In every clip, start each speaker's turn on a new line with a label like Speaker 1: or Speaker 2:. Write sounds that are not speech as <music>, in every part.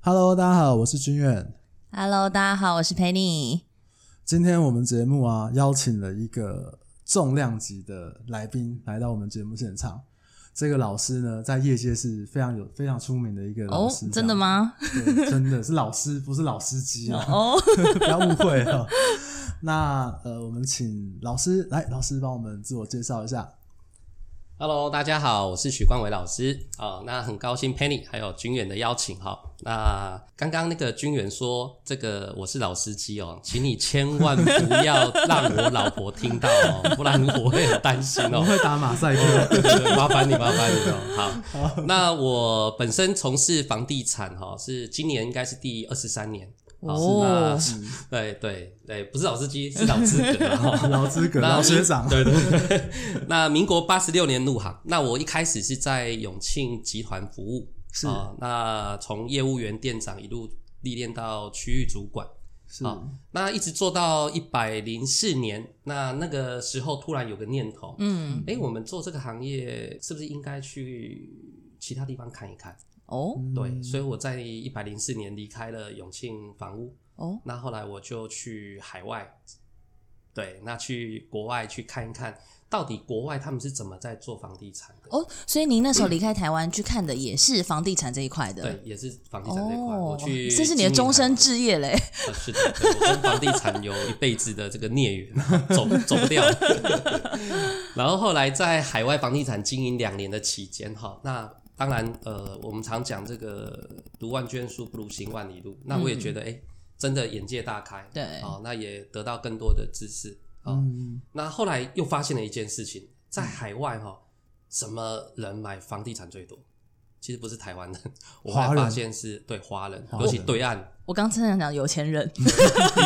Speaker 1: Hello，大家好，我是君远。
Speaker 2: Hello，大家好，我是陪你。
Speaker 1: 今天我们节目啊，邀请了一个重量级的来宾来到我们节目现场。这个老师呢，在业界是非常有非常出名的一个老
Speaker 2: 哦
Speaker 1: 师。，
Speaker 2: 真的？吗？
Speaker 1: 对，真的是老师，不是老司
Speaker 3: 嗯
Speaker 1: 机啊！
Speaker 2: 哦，
Speaker 1: 不要误会啊。那呃，我们请老师来，老师帮我们自我介绍一下。
Speaker 3: Hello，大家好，我是许冠伟老师啊、那很高兴 Penny 还有君远的邀请哈、那刚刚那个君远说这个我是老司机哦，请你千万不要让我老婆听到哦，不然我会很担心
Speaker 1: 我
Speaker 3: 哦
Speaker 1: 们。会打马赛克，
Speaker 3: 对对对，麻烦你，麻烦你哦。好，那我本身从事房地产哈、是今年应该是第二十三年。好
Speaker 2: 哦，
Speaker 3: 那对对对，不是老司机，是老资格
Speaker 1: <laughs>
Speaker 3: 哈、
Speaker 1: 老资格，
Speaker 3: 那
Speaker 1: 老学长。
Speaker 3: 对对对。 <laughs> 那民国八十六年入行，那我一开始是在永庆集团服务，
Speaker 1: 是
Speaker 3: 啊那从业务员、店长一路历练到区域主管，
Speaker 1: 是
Speaker 3: 好那一直做到一百零四年。那那个时候突然有个念头，
Speaker 2: 嗯，
Speaker 3: 哎、我们做这个行业是不是应该去其他地方看一看？
Speaker 2: 哦，
Speaker 1: 嗯
Speaker 3: 对，所以我在一百零四年离开了永庆房屋，
Speaker 2: 哦，
Speaker 3: 那后来我就去海外，对，那去国外去看一看，到底国外他们是怎么在做房地产的。
Speaker 2: 哦，所以您那时候离开台湾去看的也是房地产这一块的，
Speaker 3: 对，，也是房地产这一块，
Speaker 2: 哦
Speaker 3: 我，去
Speaker 2: 这是你的终身
Speaker 3: 经
Speaker 2: 置业嘞，
Speaker 3: 营 <laughs> 海外、呃是的，对我跟房地产有一辈子的这个孽缘，走 <laughs> 走不掉。然后后来在海外房地产经营两年的期间，哈，那当然，呃，我们常讲这个读万卷书不如行万里路，那我也觉
Speaker 1: 嗯
Speaker 3: 得，哎、真的眼界大开，
Speaker 2: 对
Speaker 3: 哦，那也得到更多的知识，哦，
Speaker 1: 嗯，
Speaker 3: 那后来又发现了一件事情，在海外哈、什么人买房地产最多？其实不是台湾人，我
Speaker 1: 华
Speaker 3: 还
Speaker 1: 人
Speaker 3: 发现是对华人，
Speaker 1: 华人
Speaker 3: 尤其对岸
Speaker 2: 我刚真的想讲有钱人，
Speaker 3: 的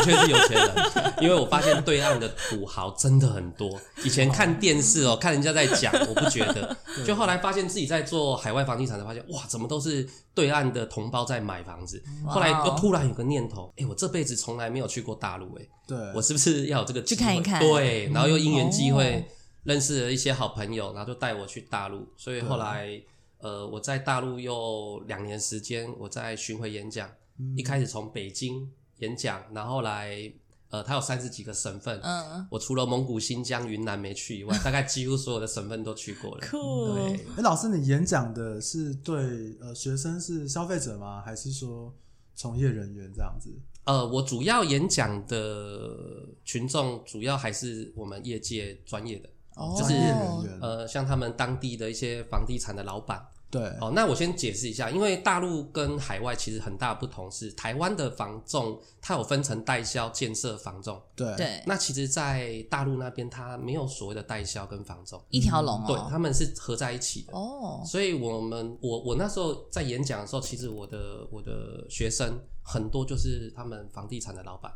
Speaker 3: 确是有钱人，因为我发现对岸的土豪真的很多。以前看电视哦，看人家在讲，我不觉得，就后来发现自己在做海外房地产才发现，哇，怎么都是对岸的同胞在买房子。后来
Speaker 2: 哇哦
Speaker 3: 又突然有个念头，哎、我这辈子从来没有去过大陆、哎。
Speaker 1: 对，
Speaker 3: 我是不是要有这个机会
Speaker 2: 去看一看
Speaker 3: 对，然后又因缘际
Speaker 2: 哦
Speaker 3: 会认识了一些好朋友，然后就带我去大陆，所以后来呃，我在大陆又两年时间，我在巡回演讲，
Speaker 1: 嗯
Speaker 3: 一
Speaker 2: 嗯
Speaker 3: 开始从北京演讲，然后来呃，它有三十几个省份。
Speaker 2: 嗯，
Speaker 3: 我除了蒙古、新疆、云南没去以外，大概几乎所有的省份都去过
Speaker 2: <laughs>
Speaker 3: 了。
Speaker 2: 酷
Speaker 3: 对，
Speaker 1: 哎，老师，你演讲的是对呃学生是消费者吗？还是说从业人员这样子？
Speaker 3: 呃，我主要演讲的群众主要还是我们业界专业的，
Speaker 2: 哦
Speaker 3: 就
Speaker 1: 专业人
Speaker 2: 是
Speaker 1: 员，
Speaker 3: 呃，像他们当地的一些房地产的老板，
Speaker 1: 对，
Speaker 2: 嗯
Speaker 3: 哦，那我先解释一下，因为大陆跟海外其实很大不同是，台湾的房仲它有分成代销、建设房仲。
Speaker 1: 对，
Speaker 2: 对，
Speaker 3: 那其实，在大陆那边，它没有所谓的代销跟房仲，
Speaker 2: 一条龙哦，
Speaker 3: 嗯对，他们是合在一起的。
Speaker 2: 哦，
Speaker 3: 所以我们，我我那时候在演讲的时候，其实我的我的学生很多就是他们房地产的老板，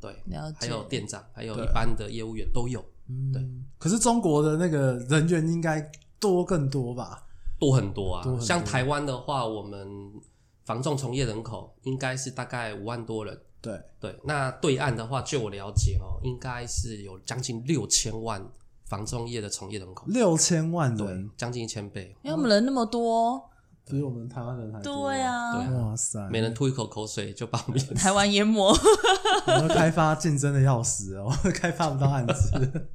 Speaker 3: 对，
Speaker 2: 了解
Speaker 3: 还有店长，还有
Speaker 1: 对
Speaker 3: 一般的业务员都有，
Speaker 1: 嗯
Speaker 3: 对。
Speaker 1: 可是中国的那个人员应该多更多吧？
Speaker 3: 多很多啊。
Speaker 1: 多很多
Speaker 3: 像台湾的话，我们房仲从业人口应该是大概五万多人。
Speaker 1: 对，
Speaker 3: 对，那对岸的话，据我了解哦，应该是有将近六千万房仲业的从业人口，
Speaker 1: 六千万
Speaker 3: 对
Speaker 1: 人，，
Speaker 3: 将近一千倍，
Speaker 2: 因为我们人那么多，
Speaker 1: 比我们台湾人还多。
Speaker 2: 对，啊，
Speaker 3: 对
Speaker 1: 哇塞，
Speaker 3: 每人吐一口口水就把我们
Speaker 2: <laughs> 台湾淹没，
Speaker 1: 我们开发竞争的要死哦， <laughs> 开发不到案
Speaker 3: <laughs>
Speaker 1: 子。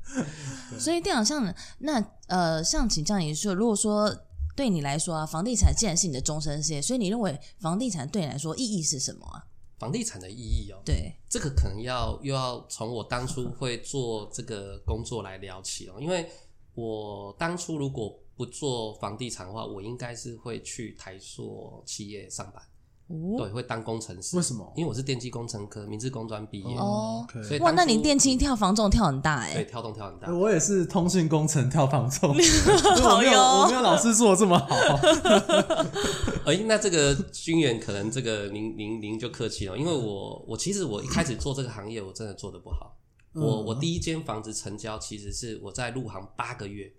Speaker 2: 所以店长像那呃，像请教你说，如果说对你来说啊，房地产既然是你的终身事业，所以你认为房地产对你来说意义是什么啊？
Speaker 3: 房地产的意义哦。
Speaker 2: 对，
Speaker 3: 这个可能要又要从我当初会做这个工作来聊起哦，因为我当初如果不做房地产的话，我应该是会去台塑企业上班。对，
Speaker 2: 哦，
Speaker 3: 会当工程师。
Speaker 1: 为什么
Speaker 3: 因为我是电机工程科，明治工专毕业，
Speaker 2: 哦
Speaker 1: OK
Speaker 3: 所以
Speaker 2: 哇，
Speaker 3: 当
Speaker 2: 那
Speaker 3: 初
Speaker 2: 你电器跳房这种跳很大哎、
Speaker 3: 对跳动跳很大。
Speaker 1: 我也是通讯工程跳房
Speaker 2: <laughs>
Speaker 1: 中，我没有
Speaker 2: 好哟
Speaker 1: 我没有老师做的这么好。
Speaker 3: 哎、那这个军远可能这个您您您就客气了，因为我我其实我一开始做这个行业，我真的做的不好。我我第一间房子成交，其实是我在入行八个月，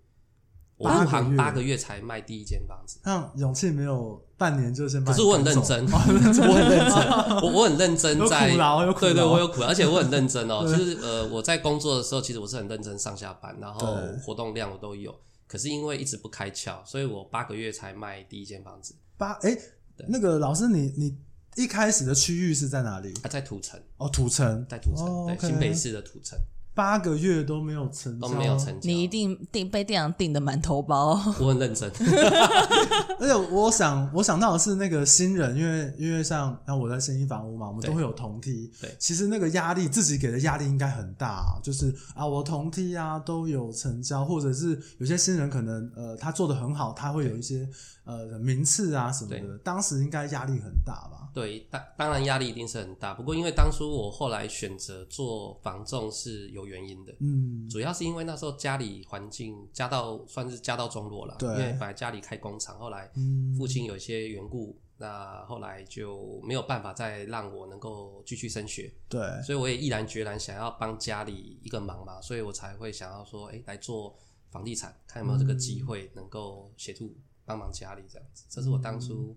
Speaker 3: 我
Speaker 1: 八个
Speaker 3: 入行
Speaker 1: 月
Speaker 3: 八个月才卖第一间房子。
Speaker 1: 像勇气没有半年就先把
Speaker 3: 可
Speaker 1: 你
Speaker 3: 是我很
Speaker 1: 赶
Speaker 3: 认
Speaker 1: 走哦
Speaker 3: 真，我很认真， <laughs> 我我很认
Speaker 1: 有
Speaker 3: 真
Speaker 1: 苦
Speaker 3: 在，
Speaker 1: 劳有苦
Speaker 3: 对对，
Speaker 1: 劳
Speaker 3: 我有苦劳，而且我很认
Speaker 1: <laughs>
Speaker 3: 真哦。就是呃，我在工作的时候，其实我是很认真上下班，然后
Speaker 1: 对
Speaker 3: 活动量我都有。可是因为一直不开窍，所以我八个月才卖第一间房子。
Speaker 1: <laughs> 八哎
Speaker 3: 对，
Speaker 1: 那个老师你，你一开始的区域是在哪里？
Speaker 3: 他啊在土城，
Speaker 1: 哦，土城，
Speaker 3: 在土城，
Speaker 1: 哦
Speaker 3: 对
Speaker 1: OK
Speaker 3: 新北市的土城
Speaker 1: 八个月都没有成交，
Speaker 3: 都没有成交。
Speaker 2: 你一定定被店长定的满头包， <laughs>
Speaker 3: 我很认真， <laughs>
Speaker 1: 而且我想，我想到的是那个新人，因为因为像像我在新一房屋嘛，我们
Speaker 3: 对
Speaker 1: 都会有同梯。
Speaker 3: 对
Speaker 1: 其实那个压力，自己给的压力应该很大、啊，就是啊，我同梯啊都有成交，或者是有些新人可能呃他做的很好，他会有一些呃名次啊什么的
Speaker 3: 对，
Speaker 1: 当时应该压力很大吧？
Speaker 3: 对，当当然压力一定是很大。不过因为当初我后来选择做房仲是有原因的，
Speaker 1: 嗯，
Speaker 3: 主要是因为那时候家里环境家道算是家道中落了，
Speaker 1: 对
Speaker 3: 因为本来家里开工厂，后来
Speaker 1: 嗯
Speaker 3: 父亲有一些缘故，那后来就没有办法再让我能够继续升学，
Speaker 1: 对，
Speaker 3: 所以我也毅然决然想要帮家里一个忙嘛，所以我才会想要说，哎、来做房地产，看有没有这个机会能够协助帮忙家里这样子，这是我当初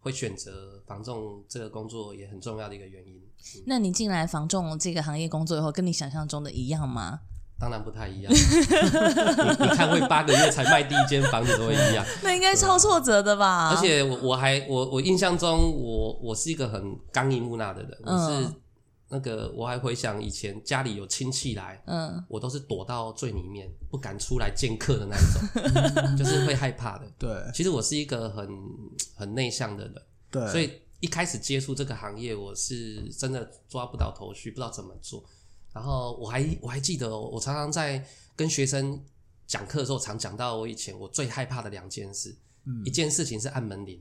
Speaker 3: 会选择房仲这个工作也很重要的一个原因。嗯
Speaker 2: 那你进来房仲这个行业工作以后，跟你想象中的一样吗？
Speaker 3: 当然不太一样，你你看会八个月才卖第一间房子都会一样，
Speaker 2: 那应该超挫折的吧？
Speaker 3: 而且我我还我我印象中我我是一个很刚硬木讷的人，我是
Speaker 2: 嗯
Speaker 3: 那个我还回想以前家里有亲戚来，
Speaker 2: 嗯，
Speaker 3: 我都是躲到最里面不敢出来见客的那一种，就是会害怕的。
Speaker 1: 对，
Speaker 3: 其实我是一个很很内向的人，
Speaker 1: 对，
Speaker 3: 所以一开始接触这个行业，我是真的抓不到头绪，不知道怎么做。然后我还我还记得哦、我常常在跟学生讲课的时候，常讲到我以前我最害怕的两件事，
Speaker 1: 嗯
Speaker 3: 一件事情是按门铃，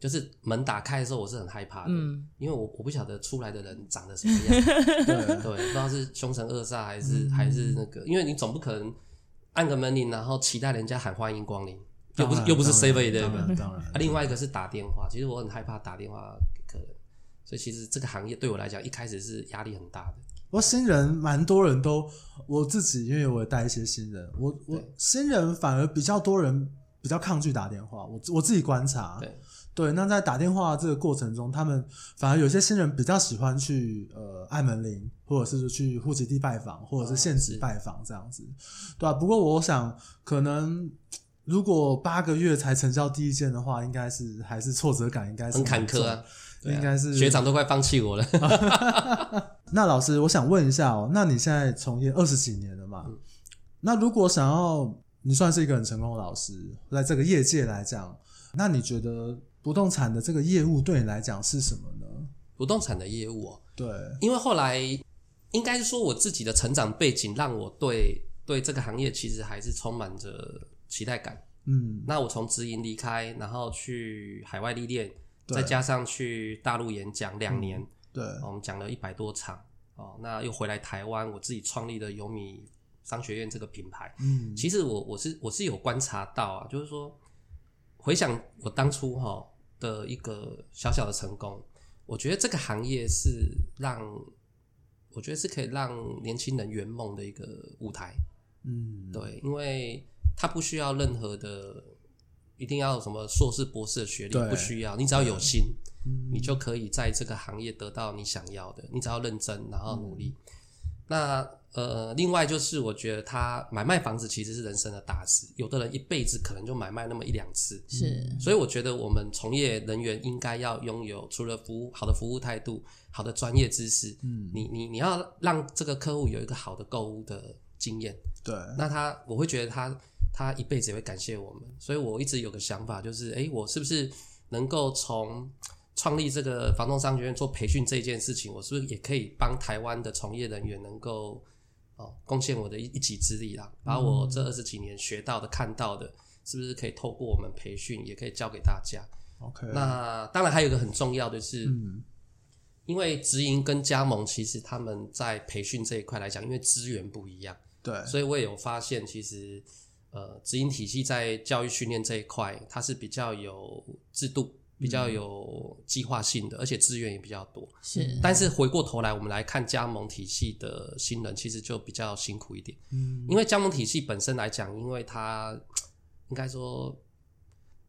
Speaker 3: 就是门打开的时候，我是很害怕的，
Speaker 2: 嗯
Speaker 3: 因为我我不晓得出来的人长得什么样， <laughs>
Speaker 1: 对
Speaker 3: 对，不知道是凶神恶煞还是、还是那个，因为你总不可能按个门铃，然后期待人家喊欢迎光临，又不是又不是 Seven
Speaker 1: 的，
Speaker 3: 的
Speaker 1: 当然当然
Speaker 3: 啊，，另外一个是打电话，其实我很害怕打电话给客人，所以其实这个行业对我来讲一开始是压力很大的。
Speaker 1: 不过新人蛮多人都，我自己因为我也带一些新人，我我
Speaker 3: 对
Speaker 1: 新人反而比较多人比较抗拒打电话，我我自己观察，
Speaker 3: 对
Speaker 1: 对那在打电话这个过程中，他们反而有些新人比较喜欢去呃按门铃，或者是就去户籍地拜访，或者是现
Speaker 3: 哦
Speaker 1: 职
Speaker 3: 是
Speaker 1: 拜访这样子，对啊，不过我想可能。如果八个月才成交第一件的话，应该是还是挫折感，应该是
Speaker 3: 很坎
Speaker 1: 蛮重
Speaker 3: 坷啊，对啊
Speaker 1: 应该是
Speaker 3: 学长都快放弃我了。 <laughs>
Speaker 1: 那老师，我想问一下哦，那你现在从业二十几年了嘛？
Speaker 3: 嗯
Speaker 1: 那如果想要你算是一个很成功的老师，在这个业界来讲，那你觉得不动产的这个业务对你来讲是什么呢？
Speaker 3: 不动产的业务哦，
Speaker 1: 对，
Speaker 3: 因为后来应该是说我自己的成长背景让我对对这个行业其实还是充满着期待感。
Speaker 1: 嗯，
Speaker 3: 那我从直营离开，然后去海外历练，
Speaker 1: 对嗯
Speaker 3: 再加上去大陆演讲两年，
Speaker 1: 对，
Speaker 3: 哦我们讲了一百多场哦，那又回来台湾，我自己创立了有米商学院这个品牌。
Speaker 1: 嗯，
Speaker 3: 其实我我是我是有观察到啊，就是说回想我当初哈、的一个小小的成功，我觉得这个行业是让我觉得是可以让年轻人圆梦的一个舞台。
Speaker 1: 嗯，
Speaker 3: 对，因为他不需要任何的，一定要什么硕士、博士的学历，
Speaker 1: 对
Speaker 3: 不需要，你只要有心，
Speaker 1: 嗯
Speaker 3: 你就可以在这个行业得到你想要的。你只要认真，然后努力。
Speaker 1: 嗯
Speaker 3: 那呃，另外就是我觉得他买卖房子其实是人生的大事，有的人一辈子可能就买卖那么一两次，
Speaker 2: 是
Speaker 3: 所以我觉得我们从业人员应该要拥有除了服务好的服务态度、好的专业知识，
Speaker 1: 嗯，
Speaker 3: 你你你要让这个客户有一个好的购物的经验。
Speaker 1: 对，
Speaker 3: 那他，我会觉得他他一辈子也会感谢我们，所以我一直有个想法，就是诶，我是不是能够从创立这个房仲商学院做培训这件事情，我是不是也可以帮台湾的从业人员能够哦贡献我的一一己之力啦？把我这二十几年学到的、看到的，是不是可以透过我们培训，也可以教给大家？
Speaker 1: OK，
Speaker 3: 那当然还有一个很重要的是，
Speaker 1: 嗯，
Speaker 3: 因为直营跟加盟，其实他们在培训这一块来讲，因为资源不一样。
Speaker 1: 对，
Speaker 3: 所以我也有发现，其实呃，直营体系在教育训练这一块，它是比较有制度、比较有计划性的，而且资源也比较多。
Speaker 2: 是，
Speaker 3: 但是回过头来，我们来看加盟体系的新人，其实就比较辛苦一点，
Speaker 1: 嗯，
Speaker 3: 因为加盟体系本身来讲，因为它应该说，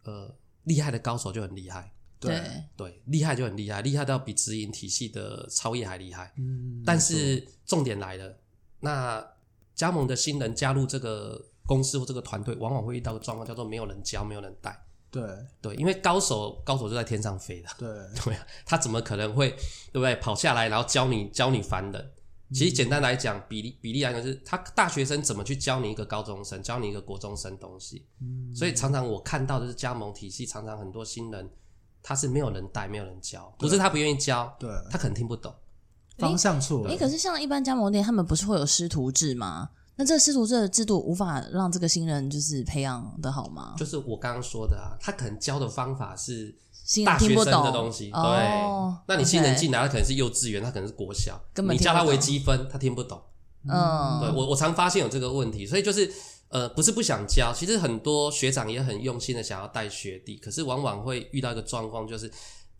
Speaker 3: 呃，厉害的高手就很厉害，
Speaker 1: 对，
Speaker 2: 对，
Speaker 3: 对，厉害就很厉害，厉害到比直营体系的超越还厉害。
Speaker 1: 嗯，
Speaker 3: 但是重点来了，那加盟的新人加入这个公司或这个团队，往往会遇到个状况，叫做没有人教，没有人带。
Speaker 1: 对
Speaker 3: 对，因为高手高手就在天上飞的，
Speaker 1: 对
Speaker 3: 对啊，他怎么可能会对不对跑下来然后教你教你凡人？其实简单来讲，比例比例来讲就是，他大学生怎么去教你一个高中生，教你一个国中生东西。
Speaker 1: 嗯
Speaker 3: 所以常常我看到就是加盟体系，常常很多新人他是没有人带，没有人教，不是他不愿意教，
Speaker 1: 对，
Speaker 3: 他可能听不懂。
Speaker 1: 方向错
Speaker 2: 哎、
Speaker 1: 了。
Speaker 2: 可是像一般加盟店，他们不是会有师徒制吗？那这个师徒制的制度无法让这个新人就是培养的好吗？
Speaker 3: 就是我刚刚说的啊，他可能教的方法是
Speaker 2: 新人
Speaker 3: 大学
Speaker 2: 听不
Speaker 3: 生
Speaker 2: 懂
Speaker 3: 的东西，
Speaker 2: 哦
Speaker 3: 对。那你新人
Speaker 2: OK
Speaker 3: 进来，他可能是幼稚园，他可能是国小，
Speaker 2: 根本
Speaker 3: 你
Speaker 2: 听
Speaker 3: 教
Speaker 2: 不
Speaker 3: 他微
Speaker 2: 懂
Speaker 3: 积分，他听不懂。
Speaker 2: 嗯，
Speaker 3: 对我，我常发现有这个问题，所以就是呃，不是不想教，其实很多学长也很用心的想要带学弟，可是往往会遇到一个状况，就是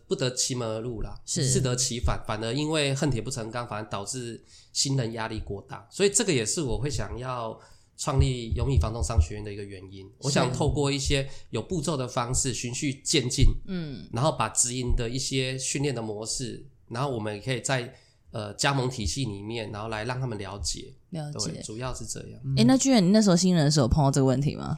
Speaker 3: 不得其门而入啦，
Speaker 2: 是
Speaker 3: 适得其反，反而因为恨铁不成钢，反而导致新人压力过大，所以这个也是我会想要。创立永益房仲商学院的一个原因，我想透过一些有步骤的方式，循序渐进，
Speaker 2: 嗯，
Speaker 3: 然后把直营的一些训练的模式，然后我们也可以在呃加盟体系里面，然后来让他们了解，
Speaker 2: 了解。
Speaker 3: 对，主要是这样。嗯
Speaker 2: 哎、那居然你那时候新人的时候有碰到这个问题吗？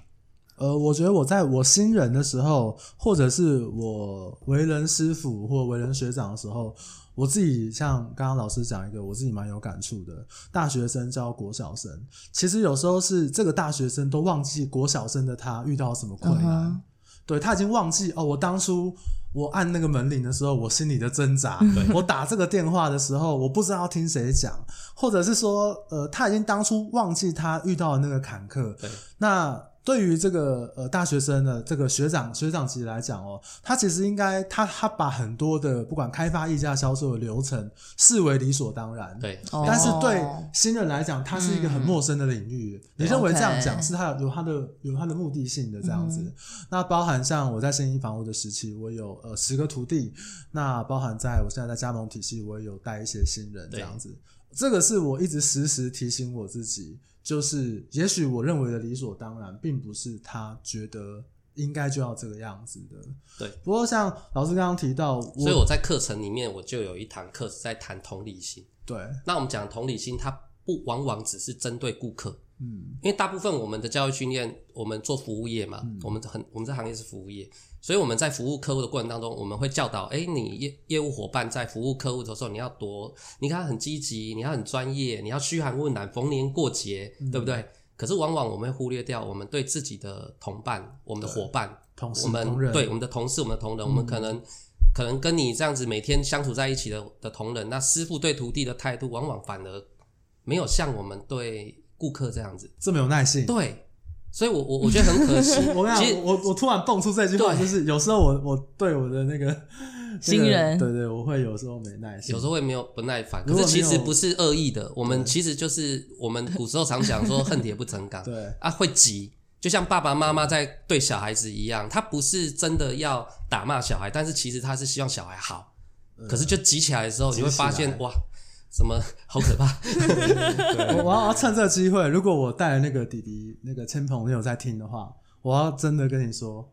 Speaker 1: 呃，我觉得我在我新人的时候，或者是我为人师傅或为人学长的时候，我自己像刚刚老师讲一个，我自己蛮有感触的。大学生教国小生，其实有时候是这个大学生都忘记国小生的他遇到什么困难
Speaker 2: 嗯哼
Speaker 1: 对他已经忘记哦，我当初我按那个门铃的时候，我心里的挣
Speaker 2: <laughs>
Speaker 1: 扎；我打这个电话的时候，我不知道听谁讲，或者是说，呃，他已经当初忘记他遇到的那个坎坷
Speaker 3: 对。
Speaker 1: 那对于这个呃大学生的这个学长学长级来讲哦，他其实应该他他把很多的不管开发、议价、销售的流程视为理所当然。
Speaker 3: 对，
Speaker 2: 哦
Speaker 1: 但是对新人来讲，它是一个很陌生的领域。
Speaker 3: 嗯
Speaker 1: 你认为这样讲
Speaker 2: OK
Speaker 1: 是它有它的有它的目的性的这样
Speaker 3: 嗯
Speaker 1: 子。那包含像我在新一房屋的时期，我有呃十个徒弟，那包含在我现在在加盟体系，我也有带一些新人这样子。这个是我一直时时提醒我自己，就是也许我认为的理所当然，并不是他觉得应该就要这个样子的。
Speaker 3: 对
Speaker 1: 不过像老师刚刚提到，我
Speaker 3: 所以我在课程里面我就有一堂课是在谈同理心。
Speaker 1: 对，
Speaker 3: 那我们讲同理心，它不往往只是针对顾客，
Speaker 1: 嗯
Speaker 3: 因为大部分我们的教育训练，我们做服务业嘛，
Speaker 2: 嗯
Speaker 3: 我们很我们这行业是服务业，所以我们在服务客户的过程当中，我们会教导，哎，你业业务伙伴在服务客户的时候，你要多，你看他很积极，你要很专业，你要嘘寒问暖，逢年过节，
Speaker 2: 嗯
Speaker 3: 对不对？可是往往我们会忽略掉我们对自己的同伴、我们的伙伴、
Speaker 1: 同事
Speaker 3: 我们
Speaker 1: 同仁嗯
Speaker 3: 对我们的同事、我们的同仁，我们可能可能跟你这样子每天相处在一起的的同仁，那师傅对徒弟的态度，往往反而没有像我们对顾客这样子。
Speaker 1: 这么有耐性。
Speaker 3: 对，所以我我我觉得很
Speaker 1: <laughs>。
Speaker 3: 可惜
Speaker 1: 我跟你
Speaker 3: 其
Speaker 1: 讲，
Speaker 3: 实
Speaker 1: 我我我突然蹦出这句话，
Speaker 3: 对
Speaker 1: 就是有时候我我对我的那
Speaker 3: <laughs>
Speaker 1: 个
Speaker 2: 新
Speaker 1: 那个
Speaker 2: 人
Speaker 1: 对对，我会有时候没耐心，
Speaker 3: 有时候会没有不耐烦，
Speaker 1: 如
Speaker 3: 可
Speaker 1: 果
Speaker 3: 是其
Speaker 1: 没
Speaker 3: 实
Speaker 1: 有
Speaker 3: 不是恶意的。我们其实就是我们古时候常讲说恨铁不成钢，
Speaker 1: 对
Speaker 3: 啊会急，就像爸爸妈妈在对小孩子一样，他不是真的要打骂小孩，但是其实他是希望小孩好。可是就急起来的时候，你会发
Speaker 1: 嗯急
Speaker 3: 现
Speaker 1: 起
Speaker 3: 哇，怎么好可怕？ <laughs>
Speaker 1: 我我要我要趁这个机会，如果我带了那个弟弟那个亲朋友在听的话，我要真的跟你说，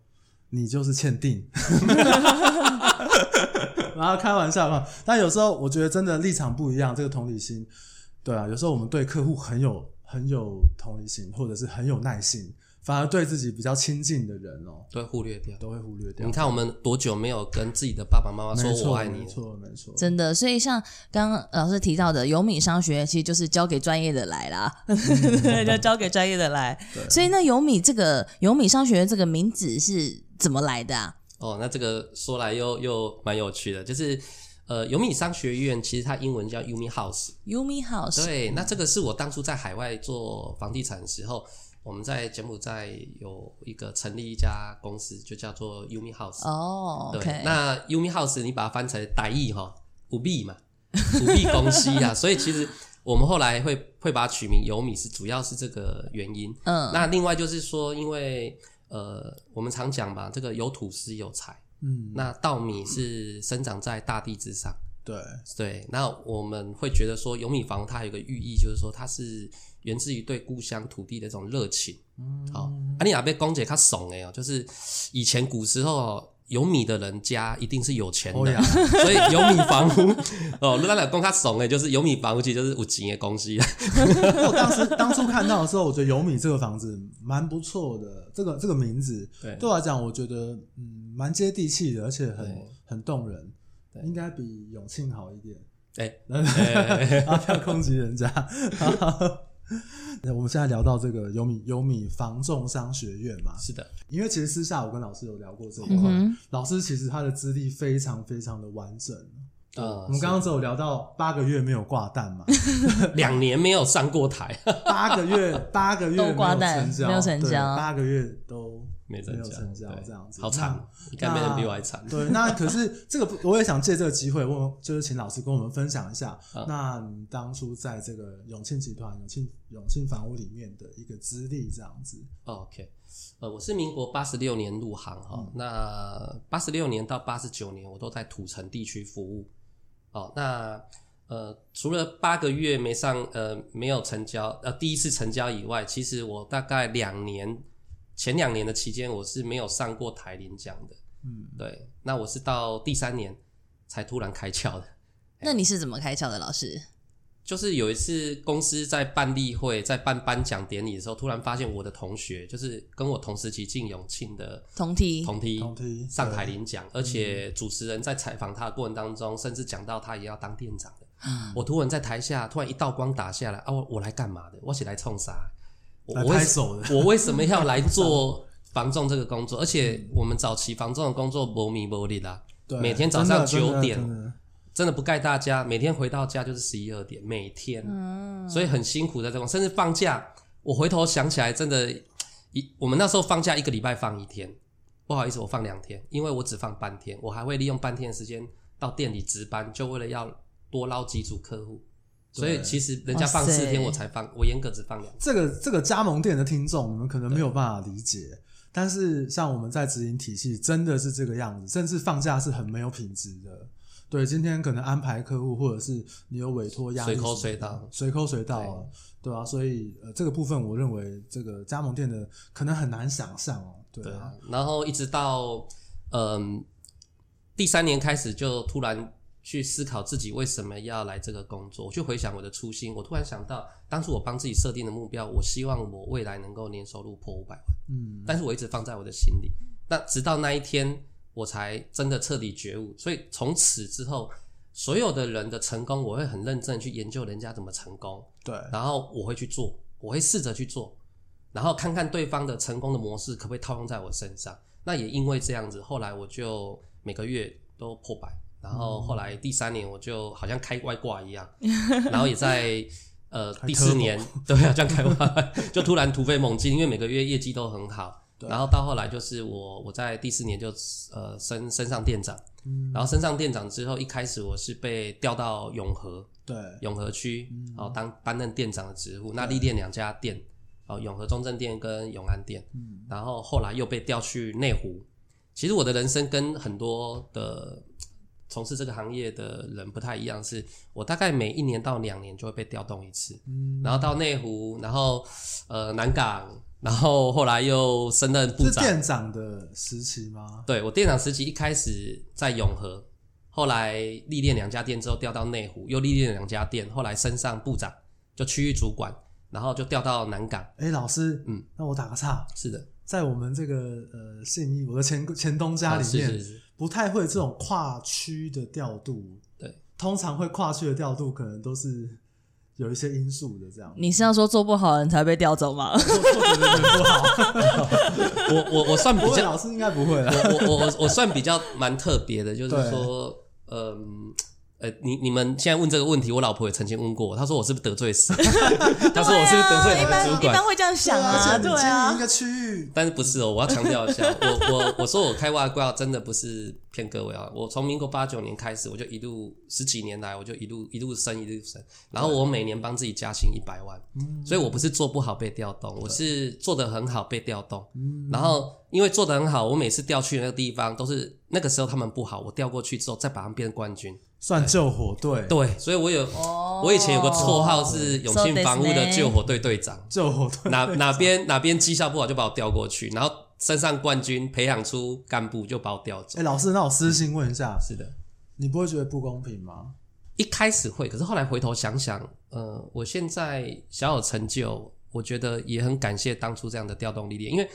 Speaker 1: 你就是欠定。 <laughs> 然后开玩笑嘛，但有时候我觉得真的立场不一样，这个同理心，对啊，有时候我们对客户很有很有同理心，或者是很有耐心，反而对自己比较亲近的人哦，
Speaker 3: 都会忽略掉。
Speaker 1: 都会忽略掉
Speaker 3: 你。看我们多久没有跟自己的爸爸妈妈说
Speaker 1: 啊没错，
Speaker 3: 我爱你
Speaker 1: 没？错，没错，
Speaker 2: 真的，所以像刚刚老师提到的，有米商学院其实就是交给专业的来
Speaker 3: <laughs>
Speaker 2: 啦，就交给专业的来。所以那有米这个有米商学院这个名字是怎么来的啊？
Speaker 3: 哦，那这个说来又又蛮有趣的，就是呃，尤米商学院其实它英文叫 Umi House，
Speaker 2: 优米 House，
Speaker 3: 对，那这个是我当初在海外做房地产的时候，我们在柬埔寨有一个成立一家公司，就叫做 Umi House。
Speaker 2: 哦
Speaker 3: 对
Speaker 2: ，OK，
Speaker 3: 那 Umi House 你把它翻成傣语哈，五币嘛，五币公司啊，所以其实我们后来会会把它取名尤米是主要是这个原因。
Speaker 2: 嗯，
Speaker 3: 那另外就是说，因为呃，我们常讲吧，这个有土司有财，
Speaker 1: 嗯，
Speaker 3: 那稻米是生长在大地之上。
Speaker 1: 对， <laughs>
Speaker 3: 对，那我们会觉得说，有米房它有一个寓意，就是说它是源自于对故乡土地的一种热情。
Speaker 1: 嗯
Speaker 3: 好、啊，你阿被公姐她怂哎哦，就是以前古时候哦有米的人家一定是有钱
Speaker 1: 哦
Speaker 3: 的，
Speaker 1: 呀
Speaker 3: 所以有米房屋哦，那老公他怂哎，就是有米房屋其实就是有钱的公司啊。
Speaker 1: 我当时当初看到的时候，我觉得有米这个房子蛮不错的，这个这个名字
Speaker 3: 对 <laughs>
Speaker 1: 对我来讲，我觉得嗯蛮接地气的，而且很
Speaker 3: 对
Speaker 1: 很动人，
Speaker 3: 对
Speaker 1: 应该比永庆好一点。 <laughs>
Speaker 3: 哎哎
Speaker 1: 啊，不要攻击人家。 <laughs> 那我们现在聊到这个有米有米防重商学院嘛，
Speaker 3: 是的，
Speaker 1: 因为其实私下我跟老师有聊过这一
Speaker 2: 嗯
Speaker 1: 块，
Speaker 2: 哼，
Speaker 1: 老师其实他的资历非常非常的完整。
Speaker 3: 呃，
Speaker 1: 我们刚刚只有聊到八个月没有挂蛋嘛，
Speaker 3: 是两年没有上
Speaker 1: <laughs>
Speaker 3: 过台，
Speaker 1: 八个
Speaker 2: <laughs>
Speaker 1: 月八个月
Speaker 2: 都
Speaker 1: 没有
Speaker 2: 挂蛋
Speaker 1: 成交，
Speaker 2: 没有成
Speaker 1: 对
Speaker 2: 交
Speaker 1: 八个月都
Speaker 3: 没
Speaker 1: 没
Speaker 3: 成
Speaker 1: 有
Speaker 3: 交，
Speaker 1: 成交
Speaker 3: 对
Speaker 1: 这样子
Speaker 3: 好惨，应该没人比我还惨。
Speaker 1: 对，那可是这个不，我也想借这个机会问，就是请老师跟我们分享一下，
Speaker 3: 嗯
Speaker 1: 那你当初在这个永庆集团、永庆永庆房屋里面的一个资历这样子。
Speaker 3: OK，呃，我是民国八十六年入行哈、那八十六年到八十九年我都在土城地区服务。哦，那呃，除了八个月没上呃没有成交呃第一次成交以外，其实我大概两年前两年的期间我是没有上过台领奖的。
Speaker 1: 嗯，
Speaker 3: 对，那我是到第三年才突然开窍的。
Speaker 2: 那你是怎么开窍的，老师？
Speaker 3: 就是有一次公司在办例会，在办颁奖典礼的时候，突然发现我的同学，就是跟我同时期进永庆的
Speaker 2: 同梯，
Speaker 3: 同梯
Speaker 1: 同梯
Speaker 3: 上台领奖，而且主持人在采访他的过程当中，甚至讲到他也要当店长的。我突然在台下突然一道光打下来，啊，我我来干嘛的？我是来冲啥？我
Speaker 1: 来
Speaker 3: 我为
Speaker 1: 拍
Speaker 3: 什
Speaker 1: 手的，
Speaker 3: 我为什么要来做防重这个工作？而且我们早期防重的工作无米无力啦，
Speaker 1: 对，
Speaker 3: 每天早上
Speaker 1: 真的
Speaker 3: 九点，
Speaker 1: 真的真的
Speaker 3: 真的不盖大家，每天回到家就是十一二点，每天。
Speaker 2: 嗯，
Speaker 3: 所以很辛苦在这种，甚至放假，我回头想起来，真的，一我们那时候放假一个礼拜放一天，不好意思，我放两天，因为我只放半天，我还会利用半天的时间到店里值班，就为了要多捞几组客户。所以
Speaker 1: 对
Speaker 3: 其实人家放
Speaker 2: 哇塞
Speaker 3: 四天，我才放，我严格只放两天。
Speaker 1: 这个这个加盟店的听众，你们可能没有办法理解。但是像我们在直营体系，真的是这个样子，甚至放假是很没有品质的。对，今天可能安排客户，或者是你有委托压力
Speaker 3: 随口
Speaker 1: 什么
Speaker 3: 随到
Speaker 1: 的，随口随到啊，对啊，所以呃，这个部分我认为这个加盟店的可能很难想象哦，对
Speaker 3: 对
Speaker 1: 啊
Speaker 3: 啊，，然后一直到嗯第三年开始，就突然去思考自己为什么要来这个工作。我去回想我的初心，我突然想到，当初我帮自己设定的目标，我希望我未来能够年收入破五百万，
Speaker 1: 嗯，
Speaker 3: 但是我一直放在我的心里。那直到那一天，我才真的彻底觉悟。所以从此之后，所有的人的成功，我会很认真地去研究人家怎么成功，
Speaker 1: 对，
Speaker 3: 然后我会去做，我会试着去做，然后看看对方的成功的模式可不可以套用在我身上。那也因为这样子，后来我就每个月都破百，然后后来第三年我就好像开外挂一样，然后也在呃
Speaker 1: 开
Speaker 3: 第
Speaker 1: turbo
Speaker 3: 四年，对啊，这样开外就突然突飞猛进，因为每个月业绩都很好。
Speaker 1: 对
Speaker 3: 然后到后来就是我我在第四年就呃升升上店长，
Speaker 1: 嗯，
Speaker 3: 然后升上店长之后，一开始我是被调到永和，
Speaker 1: 对，
Speaker 3: 永和区，
Speaker 1: 嗯
Speaker 3: 哦，当担任店长的职务，那历练两家店，哦，永和中正店跟永安店，
Speaker 1: 嗯，
Speaker 3: 然后后来又被调去内湖。其实我的人生跟很多的从事这个行业的人不太一样，是我大概每一年到两年就会被调动一次，
Speaker 1: 嗯，
Speaker 3: 然后到内湖，然后呃南港，然后后来又升任部
Speaker 1: 是
Speaker 3: 长，
Speaker 1: 店长的时期吗？
Speaker 3: 对我店长时期一开始在永和，后来历练两家店之后调到内湖，又历练两家店，后来升上部长，就区域主管，然后就调到南港。
Speaker 1: 哎，老师，
Speaker 3: 嗯，
Speaker 1: 那我打个岔，
Speaker 3: 是的，
Speaker 1: 在我们这个呃信义，我的前前东家里
Speaker 3: 啊是
Speaker 1: 面，
Speaker 3: 是是
Speaker 1: 不太会这种跨区的调度。
Speaker 3: 对，
Speaker 1: 通常会跨区的调度，可能都是有一些因素的这样。 <laughs>
Speaker 2: 你是要说做不好的人才被调走吗？
Speaker 1: 做做得有点不
Speaker 3: <laughs>
Speaker 1: 好，
Speaker 3: 我我我算比
Speaker 1: 不会，
Speaker 3: 较，
Speaker 1: 老师应该不会啦。
Speaker 3: 我我我我算比较蛮特别的，就
Speaker 1: 对
Speaker 3: 是说，嗯。呃，你你们现在问这个问题，我老婆也曾经问过我，她说我是不是得罪谁？ <laughs> 她说我是不是得罪
Speaker 2: 对啊
Speaker 3: 你
Speaker 2: 一
Speaker 3: 的主
Speaker 2: 般一
Speaker 3: 管
Speaker 2: 般？会这样想啊，
Speaker 1: 而且
Speaker 2: 对
Speaker 1: 你经营一
Speaker 2: 啊，
Speaker 1: 个区域，
Speaker 3: 但是不是哦？我要强调一下， <laughs> 我我我说我开外挂真的不是骗各位啊！我从民国八九年开始，我就一路十几年来，我就一路一路升一路升，然后我每年帮自己加薪一百万，所以我不是做不好被调动，我是做得很好被调动。然后因为做得很好，我每次调去的那个地方都是那个时候他们不好，我调过去之后再把他们变冠军。
Speaker 1: 算救火队，
Speaker 3: 对，所以我有
Speaker 2: 哦
Speaker 3: <laughs> 我以前有个绰号是永
Speaker 2: So
Speaker 3: 庆
Speaker 2: this
Speaker 3: 房屋的
Speaker 1: <laughs>
Speaker 2: man
Speaker 3: 救火队队长。
Speaker 1: 救火队
Speaker 3: 哪哪边哪边绩效不好就把我调过去，然后身上冠军，培养出干部就把我调走
Speaker 1: 哎，。老师，那我私信问一下，
Speaker 3: 是的，
Speaker 1: 你不会觉得不公平吗？
Speaker 3: 一开始会，可是后来回头想想，呃，我现在小有成就，我觉得也很感谢当初这样的调动历练，因为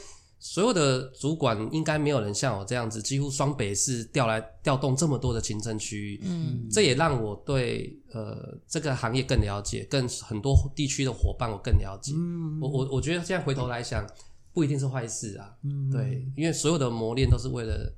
Speaker 3: 所有的主管应该没有人像我这样子，几乎双北市调来调动这么多的行政区域，
Speaker 2: 嗯，
Speaker 3: 这也让我对呃这个行业更了解，更很多地区的伙伴我更了解。
Speaker 1: 嗯，
Speaker 3: 我我我觉得现在回头来想，不一定是坏事啊。
Speaker 1: 嗯
Speaker 3: 对，因为所有的磨练都是为了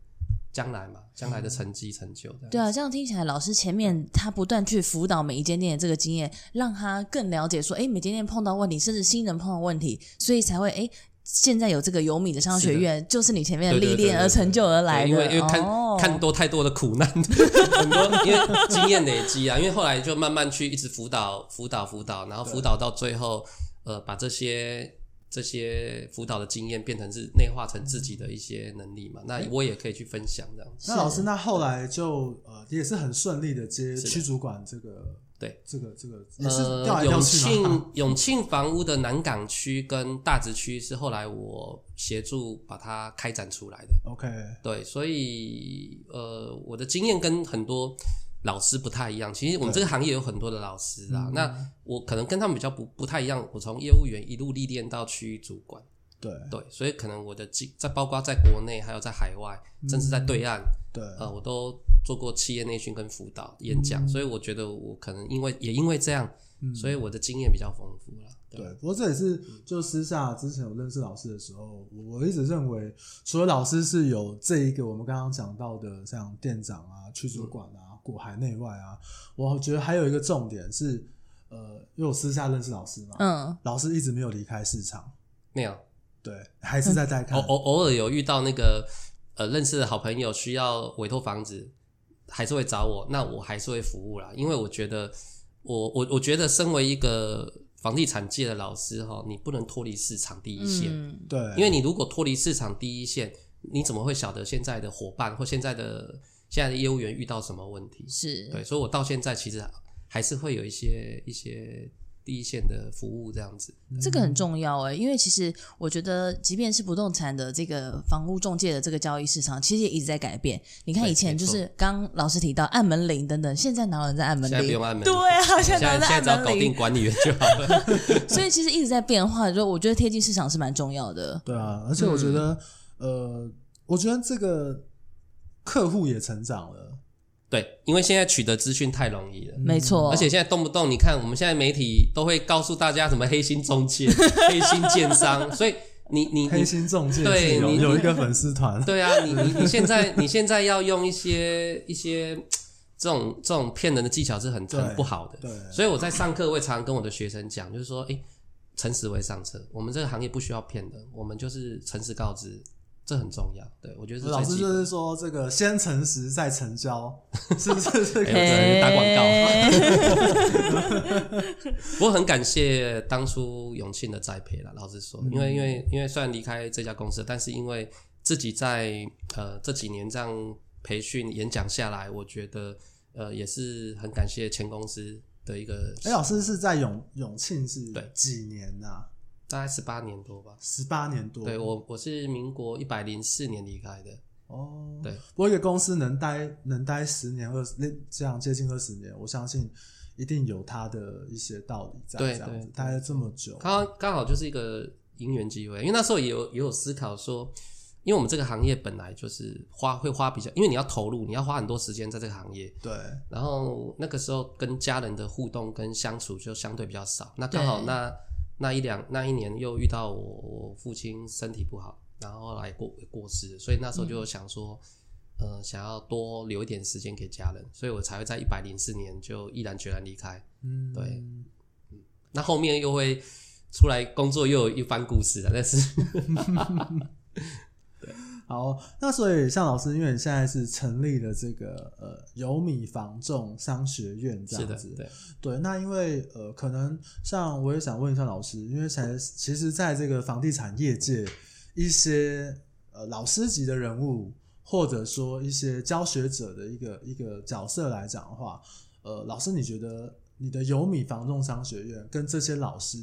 Speaker 3: 将来嘛，将来的成绩成就的。
Speaker 2: 嗯对啊，这样听起来，老师前面他不断去辅导每一间店的这个经验，让他更了解说，哎，每间店碰到问题，甚至新人碰到问题，所以才会哎，现在有这个有米的商学院，就是你前面的
Speaker 3: 对对
Speaker 2: 历
Speaker 3: 对
Speaker 2: 练
Speaker 3: 对
Speaker 2: 而成就而
Speaker 3: 对
Speaker 2: 来的。
Speaker 3: 因为因为看、
Speaker 2: 哦、
Speaker 3: 看多太多的苦难， <laughs> 很多因为经验累积啊，因为后来就慢慢去一直辅导辅导辅导，然后辅导到最后，呃，把这些这些辅导的经验变成是内化成自己的一些能力嘛，那我也可以去分享这样子。
Speaker 1: 那老师，那后来就呃也是很顺利的接
Speaker 3: 是的
Speaker 1: 区主管这个，
Speaker 3: 对，
Speaker 1: 这个这个也是调
Speaker 3: 呃，
Speaker 1: 来调
Speaker 3: 永
Speaker 1: 去嘛。哦
Speaker 3: 庆永庆房屋的南港区跟大直区是后来我协助把它开展出来的。
Speaker 1: OK，
Speaker 3: 对，所以呃，我的经验跟很多老师不太一样。其实我们这个行业有很多的老师啊
Speaker 1: 嗯，
Speaker 3: 那我可能跟他们比较不不太一样。我从业务员一路历练到区域主管，
Speaker 1: 对
Speaker 3: 对，所以可能我的经在包括在国内，还有在海外，
Speaker 1: 嗯
Speaker 3: 甚至在对岸，
Speaker 1: 对，
Speaker 3: 呃，我都做过企业内训跟辅导演
Speaker 1: 嗯
Speaker 3: 讲，所以我觉得我可能因为也因为这样，所
Speaker 2: 嗯
Speaker 3: 以我的经验比较丰富了。
Speaker 1: 对，不过这也是就私下之前我认识老师的时候，我我一直认为，除了老师是有这一个我们刚刚讲到的像店长啊、区主管
Speaker 3: 嗯
Speaker 1: 啊、国海内外啊，我觉得还有一个重点是，呃，因为我私下认识老师嘛，
Speaker 2: 嗯，
Speaker 1: 老师一直没有离开市场，
Speaker 3: 那样
Speaker 1: 对，还是在带看
Speaker 3: 偶，偶偶尔有遇到那个呃认识的好朋友需要委托房子，还是会找我，那我还是会服务啦，因为我觉得我我我觉得身为一个房地产界的老师哈，你不能脱离市场第一线，
Speaker 2: 嗯，
Speaker 1: 对，
Speaker 3: 因为你如果脱离市场第一线，你怎么会晓得现在的伙伴或现在的现在的业务员遇到什么问题？
Speaker 2: 是，
Speaker 3: 对，所以我到现在其实还是会有一些一些第一线的服务这样子。
Speaker 1: 嗯
Speaker 2: 这个很
Speaker 3: 嗯
Speaker 2: 重要哎、因为其实我觉得，即便是不动产的这个房屋中介的这个交易市场，其实也一直在改变。你看
Speaker 3: 对
Speaker 2: 以前
Speaker 3: 没
Speaker 2: 就
Speaker 3: 错
Speaker 2: 是刚老师提到按门铃等等，现在哪有人在按门
Speaker 3: 现在不
Speaker 2: 铃
Speaker 3: 用？按门铃，
Speaker 2: 对啊，现
Speaker 3: 现
Speaker 2: 在哪有
Speaker 3: 在
Speaker 2: 人在
Speaker 3: 现在
Speaker 2: 按
Speaker 3: 只要搞
Speaker 2: 门
Speaker 3: 定
Speaker 2: 铃？
Speaker 3: 管理员就好了。 <laughs>
Speaker 2: 所以其实一直在变化，就我觉得贴近市场是蛮重要的。
Speaker 1: 对啊，
Speaker 3: 嗯
Speaker 1: 而且我觉得，呃，我觉得这个客户也成长了，
Speaker 3: 对，因为现在取得资讯太容易了。
Speaker 2: 没啊错，
Speaker 3: 嗯而且现在动不动你看，我们现在媒体都会告诉大家什么黑心
Speaker 2: <laughs>
Speaker 3: 中介、黑心建商，所以你你
Speaker 1: 黑
Speaker 3: 你
Speaker 1: 心中介
Speaker 3: 对
Speaker 1: 是有
Speaker 3: 你
Speaker 1: 有一个粉丝团，
Speaker 3: 对啊，你你你现在你现在要用一些一些这种这种骗人的技巧是很
Speaker 1: 对
Speaker 3: 很不好的。
Speaker 1: 对
Speaker 3: 所以我在上课会常跟我的学生讲，就是说，哎，诚实为上策，我们这个行业不需要骗人，我们就是诚实告知，这很重要。对我觉得是
Speaker 1: 老
Speaker 3: 最
Speaker 1: 师
Speaker 3: 基
Speaker 1: 就
Speaker 3: 本的
Speaker 1: 是说，这个先诚实再成交，是不是这
Speaker 3: <laughs> 哎
Speaker 1: 个？
Speaker 3: 我只能打广告 <laughs>
Speaker 2: 告。
Speaker 3: 不过很感谢当初永庆的栽培啦，老实说，
Speaker 1: 嗯
Speaker 3: 因为因为因为虽然离开这家公司，但是因为自己在呃这几年这样培训演讲下来，我觉得呃也是很感谢前公司的一个，
Speaker 1: 哎，老师是在永永庆是
Speaker 3: 对
Speaker 1: 几年呐？
Speaker 3: 大概十八年多吧。
Speaker 1: 十八年多。
Speaker 3: 对我我是民国一百零四年离开的，
Speaker 1: 哦，
Speaker 3: 对。
Speaker 1: 不过一个公司能待能待十年二十，那这样接近二十年，我相信一定有它的一些道理在。
Speaker 3: 对
Speaker 1: 这样
Speaker 3: 对
Speaker 1: 子
Speaker 3: 对
Speaker 1: 待了这么久，
Speaker 3: 刚刚好就是一个因缘机会，因为那时候也有也有思考说，因为我们这个行业本来就是花会花比较，因为你要投入，你要花很多时间在这个行业，
Speaker 1: 对，
Speaker 3: 然后那个时候跟家人的互动跟相处就相对比较少。那刚好
Speaker 2: 对
Speaker 3: 那那一两那一年又遇到我我父亲身体不好，然后后来过过世，所以那时候就
Speaker 1: 嗯
Speaker 3: 想说，呃，想要多留一点时间给家人，所以我才会在一百零四年就毅然决然离开。
Speaker 1: 嗯，
Speaker 3: 对那后面又会出来工作，又有一番故事了，但是 <laughs>
Speaker 1: 好，那所以像老师，因为你现在是成立了这个呃有米防重商学院这
Speaker 3: 是
Speaker 1: 样
Speaker 3: 的，
Speaker 1: 子，
Speaker 3: 对。
Speaker 1: 对，那因为呃，可能像我也想问一下老师，因为才其实在这个房地产业界，一些呃老师级的人物，或者说一些教学者的一个一个角色来讲的话，呃，老师你觉得你的有米房仲商学院跟这些老师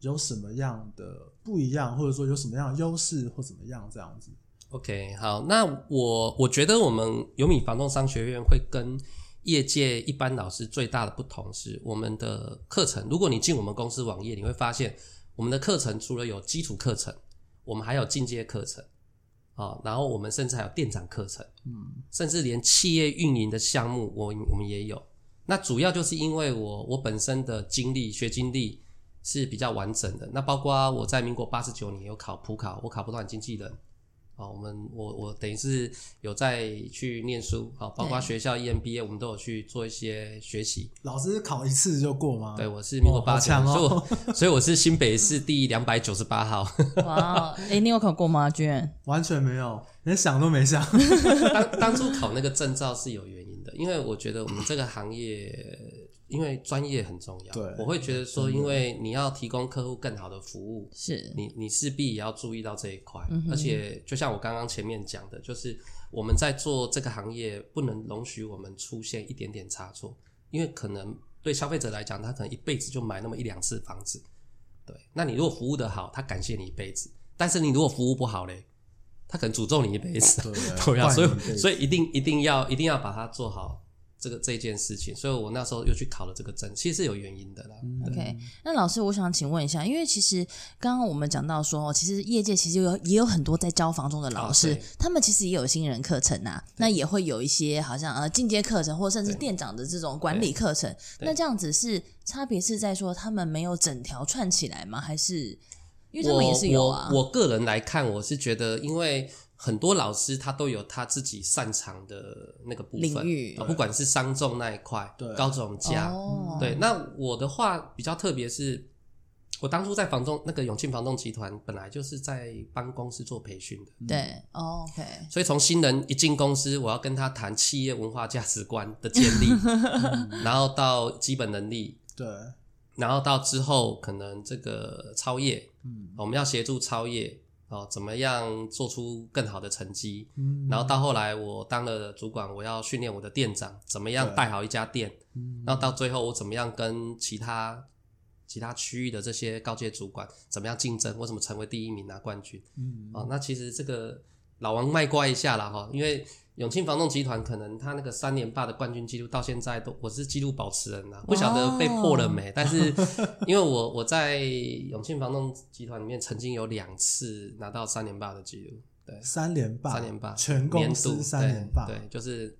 Speaker 1: 有什么样的不一样，或者说有什么样的优势或怎么样这样子？
Speaker 3: OK，好，那我我觉得我们有米房仲商学院会跟业界一般老师最大的不同是，我们的课程，如果你进我们公司网页，你会发现我们的课程除了有基础课程，我们还有进阶课程，啊、然后我们甚至还有店长课程，
Speaker 1: 嗯，
Speaker 3: 甚至连企业运营的项目，我我们也有。那主要就是因为我我本身的经历学经历是比较完整的，那包括我在民国八十九年有考普考，我考不到经纪人。啊，我们我我等于是有在去念书，好，包括
Speaker 2: 对
Speaker 3: 学
Speaker 1: 嗯
Speaker 3: 校 E EMBA，我们都有去做一些学习。
Speaker 1: 老师考一次就过吗？
Speaker 3: 对，我是民国
Speaker 1: 哦
Speaker 3: 八
Speaker 1: 好
Speaker 3: 九、
Speaker 1: 强哦
Speaker 3: 所以我所以我是新北市第两百九十八号。
Speaker 2: 哇，哎、你有考过吗？居然
Speaker 1: 完全没有，连想都没想。
Speaker 3: 当当初考那个证照是有原因的，因为我觉得我们这个行业，因为专业很重要。
Speaker 1: 对
Speaker 3: 我会觉得说，因为你要提供客户更好的服务，
Speaker 2: 是
Speaker 3: 你你势必也要注意到这一块。
Speaker 2: 嗯哼
Speaker 3: 而且，就像我刚刚前面讲的，就是我们在做这个行业，不能容许我们出现一点点差错，因为可能对消费者来讲，他可能一辈子就买那么一两次房子。对，那你如果服务的好，他感谢你一辈子；但是你如果服务不好嘞，他可能诅咒你一辈子。
Speaker 1: 对
Speaker 3: <laughs> 对啊，所
Speaker 1: 怪你
Speaker 3: 以所以一定一定要一定要把它做好这个这件事情，所以我那时候又去考了这个证，其实是有原因的啦。对
Speaker 2: OK，那老师，我想请问一下，因为其实刚刚我们讲到说，哦，其实业界其实有也有很多在教房中的老师，
Speaker 3: 哦对
Speaker 2: 他们其实也有新人课程啊，那也会有一些好像呃进阶课程，或甚至
Speaker 3: 对
Speaker 2: 店长的这种管理课程。
Speaker 3: 对
Speaker 2: 那这样子是差别是在说他们没有整条串起来吗？还是因为他们也是有啊？
Speaker 3: 我我我个人来看，我是觉得，因为很多老师他都有他自己擅长的那个部分
Speaker 2: 领域
Speaker 3: 啊不管是商众那一块，
Speaker 1: 对
Speaker 3: 高总家，
Speaker 2: 哦，
Speaker 3: 对，那我的话比较特别是，我当初在房仲那个永庆房仲集团，本来就是在帮公司做培训的。
Speaker 2: 对、哦、，OK，
Speaker 3: 所以从新人一进公司，我要跟他谈企业文化价值观的建立，
Speaker 2: <laughs>
Speaker 3: 然后到基本能力，
Speaker 1: 对，
Speaker 3: 然后到之后可能这个超越，
Speaker 1: 嗯
Speaker 3: 我们要协助超越哦，怎么样做出更好的成绩。
Speaker 1: 嗯
Speaker 3: 然后到后来我当了主管，我要训练我的店长怎么样
Speaker 1: 对
Speaker 3: 带好一家店。
Speaker 1: 嗯
Speaker 3: 然后到最后我怎么样跟其他其他区域的这些高阶主管怎么样竞争，我怎么成为第一名拿冠军。
Speaker 1: 嗯
Speaker 3: 哦，那其实这个老王卖瓜一下啦哈，因为永庆房仲集团可能他那个三连霸的冠军记录到现在都我是纪录保持人啦，不晓得被破了
Speaker 1: 哦
Speaker 3: 没？但是因为我我在永庆房仲集团里面曾经有两次拿到三连霸的记录，对，
Speaker 1: 三连霸，
Speaker 3: 三连霸，
Speaker 1: 全
Speaker 3: 年
Speaker 1: 公
Speaker 3: 度
Speaker 1: 司三连霸，哦
Speaker 3: 对，对，就是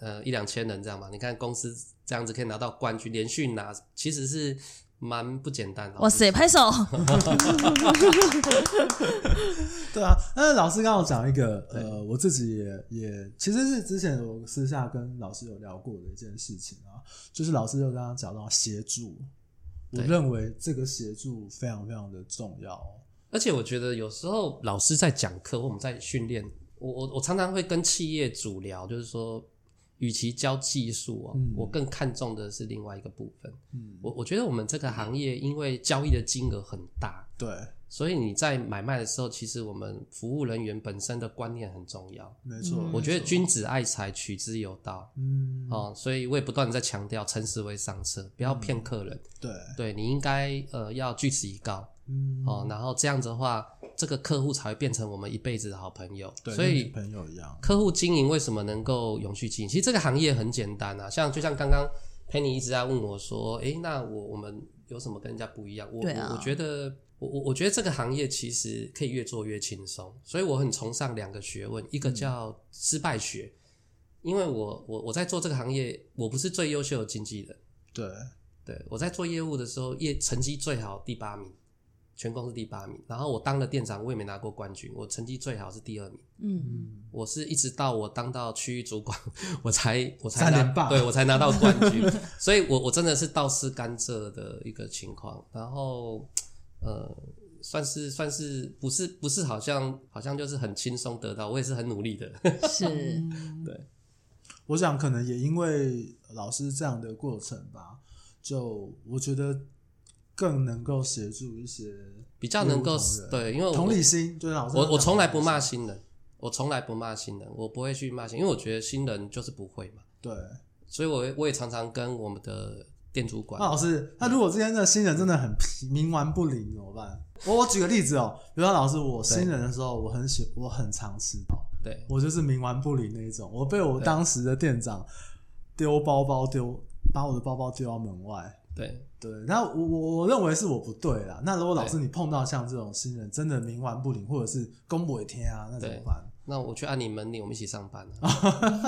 Speaker 3: 呃一两千人这样嘛。你看公司这样子可以拿到冠军，连续拿，其实是蛮不简单的。哦
Speaker 2: 哇塞，拍
Speaker 3: <laughs>
Speaker 2: 手，
Speaker 1: 对啊，那老师刚刚有讲一个，
Speaker 3: 对
Speaker 1: 呃，我自己也也其实是之前我私下跟老师有聊过的一件事情啊，就是老师就刚刚讲到协助，我
Speaker 3: 对
Speaker 1: 认为这个协助非常非常的重要哦。
Speaker 3: 而且我觉得有时候老师在讲课，或我们在训练，我我我常常会跟企业主聊，就是说，与其教技术哦，
Speaker 1: 嗯
Speaker 3: 我更看重的是另外一个部分。
Speaker 1: 嗯，
Speaker 3: 我我觉得我们这个行业因为交易的金额很大，
Speaker 1: 对，
Speaker 3: 所以你在买卖的时候，其实我们服务人员本身的观念很重要。
Speaker 1: 没错，
Speaker 2: 嗯
Speaker 3: 我觉
Speaker 1: 没
Speaker 3: 得
Speaker 1: 错，
Speaker 3: 君子爱财，取之有道。
Speaker 1: 嗯，
Speaker 3: 哦，所以我也不断的在强调，诚实为上策，不要骗客人。
Speaker 1: 对，
Speaker 3: 对你应该呃要据此一告
Speaker 1: 嗯，
Speaker 3: 哦，，然后这样子的话，这个客户才会变成我们一辈子的好朋友。
Speaker 1: 对，
Speaker 3: 所
Speaker 1: 跟女
Speaker 3: 以
Speaker 1: 朋友一样，
Speaker 3: 客户经营为什么能够永续经营？其实这个行业很简单啊，像就像刚刚 Penny 一直在问我说，诶，那我我们有什么跟人家不一样？我、
Speaker 2: 对啊
Speaker 3: 我我觉得我我我觉得这个行业其实可以越做越轻松，所以我很崇尚两个学问，一个
Speaker 1: 嗯
Speaker 3: 叫失败学，因为我我我在做这个行业，我不是最优秀的经纪人。
Speaker 1: 对，
Speaker 3: 对我在做业务的时候，业成绩最好第八名，全公司第八名。然后我当了店长，我也没拿过冠军，我成绩最好是第二名。
Speaker 2: 嗯，
Speaker 1: 嗯，
Speaker 3: 我是一直到我当到区域主管， <laughs> 我才我才
Speaker 1: 三
Speaker 3: 拿
Speaker 1: 连霸
Speaker 3: 对我才拿到冠
Speaker 1: <laughs>
Speaker 3: 军。所以我我真的是倒吃甘蔗的一个情况。然后呃，算是算是不是不是好像好像就是很轻松得到，我也是很努力的。 <laughs>
Speaker 2: 是，
Speaker 1: 我想可能也因为老师这样的过程吧，就我觉得更能够协助一些
Speaker 3: 比较能够
Speaker 1: 业务同仁
Speaker 3: 对因为我
Speaker 1: 同理心，就是老师
Speaker 3: 我我从来不骂
Speaker 1: 讲
Speaker 3: 新人，我从来不骂新人，我不会去骂新人，因为我觉得新人就是不会嘛。
Speaker 1: 的，对，
Speaker 3: 所以我也我也常常跟我们的店主管
Speaker 1: 那。老师，那如果今天的新人真的很皮冥顽不灵怎么办？我我举个例子哦，比如说老师，我
Speaker 3: 对
Speaker 1: 新人的时候，我很喜我很常迟到，
Speaker 3: 对，
Speaker 1: 我就是冥顽不灵那一种，我被我
Speaker 3: 对
Speaker 1: 当时的店长丢包包丢，把我的包包丢到门外。
Speaker 3: 对，
Speaker 1: 对，那我我我认为是我不对啦。那如果老师
Speaker 3: 对
Speaker 1: 你碰到像这种新人真的冥顽不灵，或者是公不为天啊，那怎么
Speaker 3: 对
Speaker 1: 办？
Speaker 3: 那我去按你门铃，我们一起上班啊。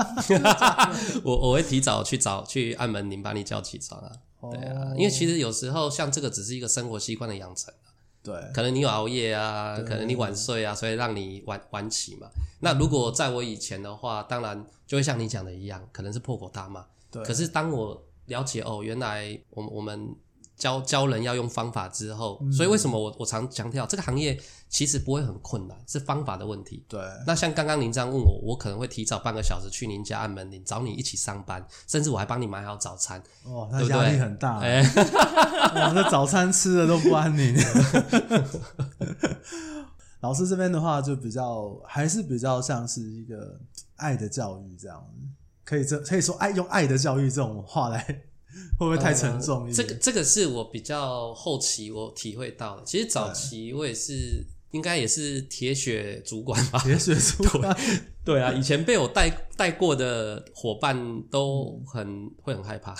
Speaker 1: <laughs>
Speaker 3: <laughs> 我我会提早去找去按门铃，把你叫起床啊。对啊
Speaker 1: 哦，
Speaker 3: 因为其实有时候像这个只是一个生活习惯的养成。啊
Speaker 1: 对
Speaker 3: 可能你有熬夜啊，
Speaker 1: 对
Speaker 3: 可能你晚睡啊，所以让你晚晚起嘛。那如果在我以前的话，当然就会像你讲的一样，可能是破口大骂。
Speaker 1: 对，
Speaker 3: 可是当我了解哦，原来我们我们教教人要用方法之后，
Speaker 1: 嗯
Speaker 3: 所以为什么我我常强调这个行业其实不会很困难，是方法的问题。
Speaker 1: 对
Speaker 3: 那像刚刚您这样问我，我可能会提早半个小时去您家按门铃，找你一起上班，甚至我还帮你买好早餐。
Speaker 1: 哦，那
Speaker 3: 对不
Speaker 1: 压力
Speaker 3: 对
Speaker 1: 很大，
Speaker 3: <laughs> 哎、
Speaker 1: 哇，这早餐吃的都不安宁。 <laughs> 老师这边的话，就比较还是比较像是一个爱的教育这样，可以这可以说爱用爱的教育这种话来， <laughs> 会不会太沉重一
Speaker 3: 呃这
Speaker 1: 点？ <laughs>
Speaker 3: 个这个是我比较后期我体会到的。其实早期我也是，应该也是铁血主管吧。
Speaker 1: 铁血出来，
Speaker 3: <laughs>
Speaker 1: <laughs>
Speaker 3: 对啊，以前被我带带过的伙伴都很、会很害怕。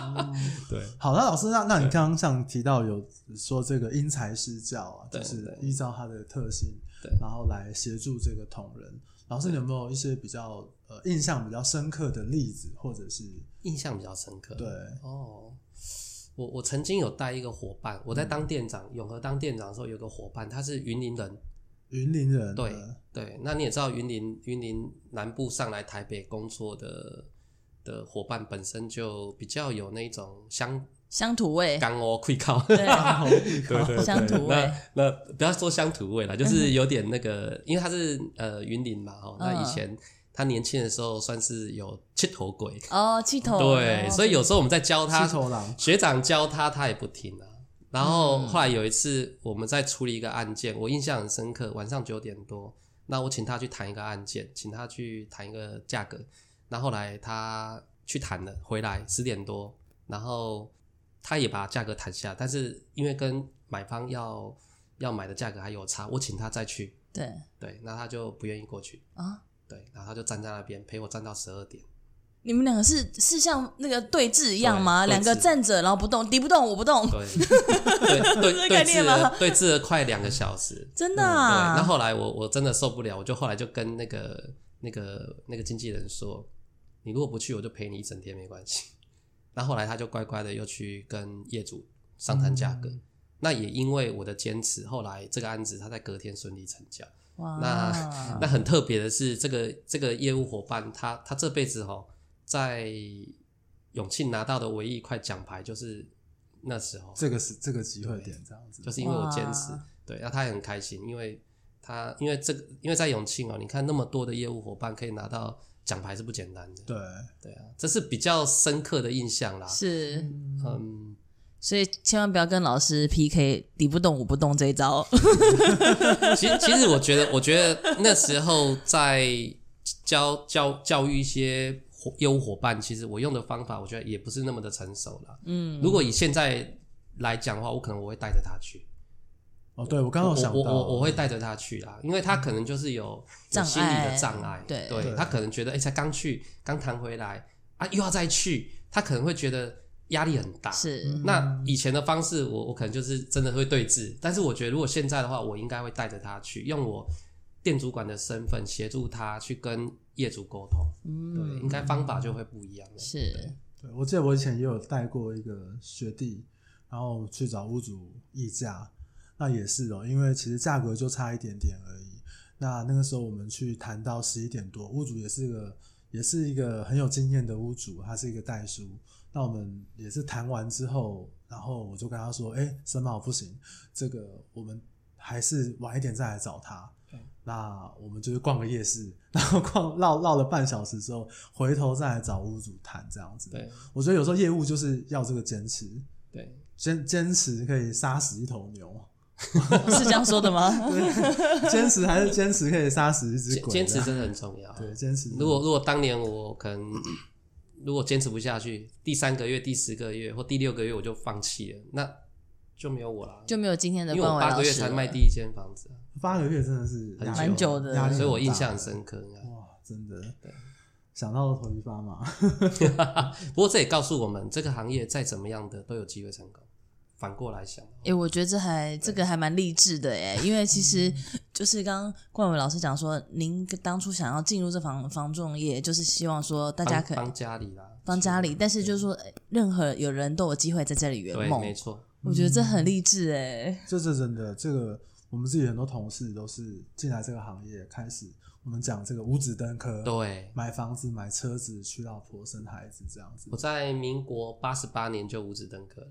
Speaker 1: 嗯
Speaker 3: 对
Speaker 1: 好，那老师，那那你刚刚像提到有说这个因材施教啊，就
Speaker 3: 对
Speaker 1: 是
Speaker 3: 对
Speaker 1: 依照他的特性，
Speaker 3: 对
Speaker 1: 然后来协助这个同仁。老师，你有没有一些比较呃印象比较深刻的例子，或者是
Speaker 3: 印象比较深刻。
Speaker 1: 对
Speaker 3: 哦，我我曾经有带一个伙伴，我
Speaker 1: 嗯
Speaker 3: 在当店长、永和当店长的时候，有个伙伴他是云林人。
Speaker 1: 云林人
Speaker 3: 对
Speaker 1: 的
Speaker 3: 对，那你也知道云林云林南部上来台北工作的的伙伴本身就比较有那种乡
Speaker 2: 乡土味，
Speaker 3: 干哦溃靠，
Speaker 2: 哎
Speaker 3: <laughs>
Speaker 2: 对
Speaker 1: 大红一口
Speaker 2: 乡土味
Speaker 3: 那那不要说乡土味了，就是有点那个，因为他是呃云林嘛，哦，那
Speaker 2: 嗯
Speaker 3: 以前他年轻的时候算是有七头鬼，
Speaker 2: 哦，气头，
Speaker 3: 对，所以有时候我们在教他
Speaker 1: 七，头狼，
Speaker 3: 学长教他他也不听啊。然后后来有一次我们在处理一个案件，我印象很深刻，晚上九点多，那我请他去谈一个案件，请他去谈一个价格，那后来他去谈了，回来十点多，然后他也把价格谈下，但是因为跟买方要要买的价格还有差，我请他再去，
Speaker 2: 对
Speaker 3: 对，那他就不愿意过去，
Speaker 2: 啊，
Speaker 3: 对，然后他就站在那边陪我站到十二点，
Speaker 2: 你们两个是是像那个对峙一样吗？
Speaker 3: 对对峙
Speaker 2: 两个站着，然后不动，敌不动，我不动， <laughs>
Speaker 3: 对
Speaker 2: 是
Speaker 3: 对对
Speaker 2: 这个
Speaker 3: 对
Speaker 2: 概念
Speaker 3: 峙
Speaker 2: 吗
Speaker 3: 了对峙了快两个小时，
Speaker 2: 真的
Speaker 3: 嗯对，
Speaker 2: 啊。
Speaker 3: 那后来我我真的受不了，我就后来就跟那个那个那个经纪人说，你如果不去，我就陪你一整天，没关系。那后来他就乖乖的又去跟业主商谈价格。那也因为我的坚持，后来这个案子他在隔天顺利成交。
Speaker 2: 哇，嗯
Speaker 3: 那那很特别的是，这个这个业务伙伴他他这辈子哈、哦在永庆拿到的唯一一块奖牌就是那时候，
Speaker 1: 这个是这个机会点这样子，
Speaker 3: 就是因为我坚持
Speaker 2: 哇，
Speaker 3: 对，那他也很开心，因为他因为这个因为在永庆哦，你看那么多的业务伙伴可以拿到奖牌是不简单的，
Speaker 1: 对，
Speaker 3: 对啊，这是比较深刻的印象啦。
Speaker 2: <laughs> 是，
Speaker 3: 嗯，
Speaker 2: 所以千万不要跟老师 PK，敌不动我不动这一
Speaker 3: <laughs>
Speaker 2: 招。
Speaker 3: 其实其实我觉得，我觉得那时候在教教教育一些伙业务伙伴，其实我用的方法，我觉得也不是那么的成熟啦。
Speaker 2: 嗯，
Speaker 3: 如果以现在来讲的话，我可能我会带着他去，
Speaker 1: 哦，对我刚刚有
Speaker 3: 我
Speaker 1: 想到，
Speaker 3: 我我我会带着他去啦，因为他可能就是有有
Speaker 2: 嗯障
Speaker 3: 心理
Speaker 2: 碍
Speaker 3: 的障碍，
Speaker 2: 对
Speaker 1: 对
Speaker 3: 他可能觉得哎、才刚去刚谈回来啊，又要再去，他可能会觉得压力很大。，
Speaker 2: 是
Speaker 3: 那以前的方式我我可能就是真的会对峙，但是我觉得如果现在的话，我应该会带着他去，用我店主管的身份协助他去跟业主沟通，对，应该方法就会不一样了。
Speaker 2: 嗯是， <laughs>
Speaker 1: 对我记得我以前也有带过一个学弟，然后去找屋主议价，那也是哦，因为其实价格就差一点点而已。那那个时候我们去谈到十一点多，屋主也是个也是一个很有经验的屋主，他是一个代书。那我们也是谈完之后，然后我就跟他说：“哎、沈茂不行，这个我们还是晚一点再来找他。”那我们就是逛个夜市，然后逛绕绕了半小时之后，回头再来找屋主谈这样子。
Speaker 3: 对
Speaker 1: 我觉得有时候业务就是要这个坚持，
Speaker 3: 对，
Speaker 1: 坚坚持可以杀死一头牛， <laughs>
Speaker 2: 是这样说的
Speaker 3: <laughs>
Speaker 2: 吗？
Speaker 1: 坚持还是坚持可以杀死一只
Speaker 3: 坚
Speaker 1: 鬼。啊 <laughs>
Speaker 3: 坚持真的很重要。
Speaker 1: 对，坚持。
Speaker 3: 如果如果当年我可能如果坚持不下去，第三个月、第十个月或第六个月我就放弃了，那就没有我啦。
Speaker 2: 就没有今天的
Speaker 3: 因为
Speaker 2: 冠
Speaker 3: 我
Speaker 2: 伟
Speaker 3: 八
Speaker 2: 老
Speaker 3: 个月
Speaker 2: 师
Speaker 3: 才卖
Speaker 2: 了。
Speaker 3: 第一间房子啊、
Speaker 1: 八个月真的是
Speaker 3: 很
Speaker 1: 压力
Speaker 3: 久
Speaker 1: 很
Speaker 2: 久的
Speaker 1: 压力很大
Speaker 3: 所以我印象很深刻、啊。
Speaker 1: 哇，真的想到头皮发麻。
Speaker 3: 不过这也告诉我们，这个行业再怎么样的都有机会成功。反过来想，啊
Speaker 2: 哎、我觉得这还这个还蛮励志的哎，因为其实就是刚刚冠伟老师讲说，您当初想要进入这房房仲业，就是希望说大家
Speaker 3: 帮
Speaker 2: 可以
Speaker 3: 帮家里啦，
Speaker 2: 帮家里，但是就是说，哎任何有人都有机会在这里圆
Speaker 3: 对，
Speaker 2: 梦
Speaker 3: 没，错，
Speaker 2: 我觉得这很励志哎。
Speaker 1: <laughs> 这是真的，这个我们自己很多同事都是进来这个行业，开始我们讲这个五子登科，
Speaker 3: 对。
Speaker 1: 买房子、买车子、娶老婆、生孩子这样子
Speaker 3: 我。在民国八十八年就五子登科，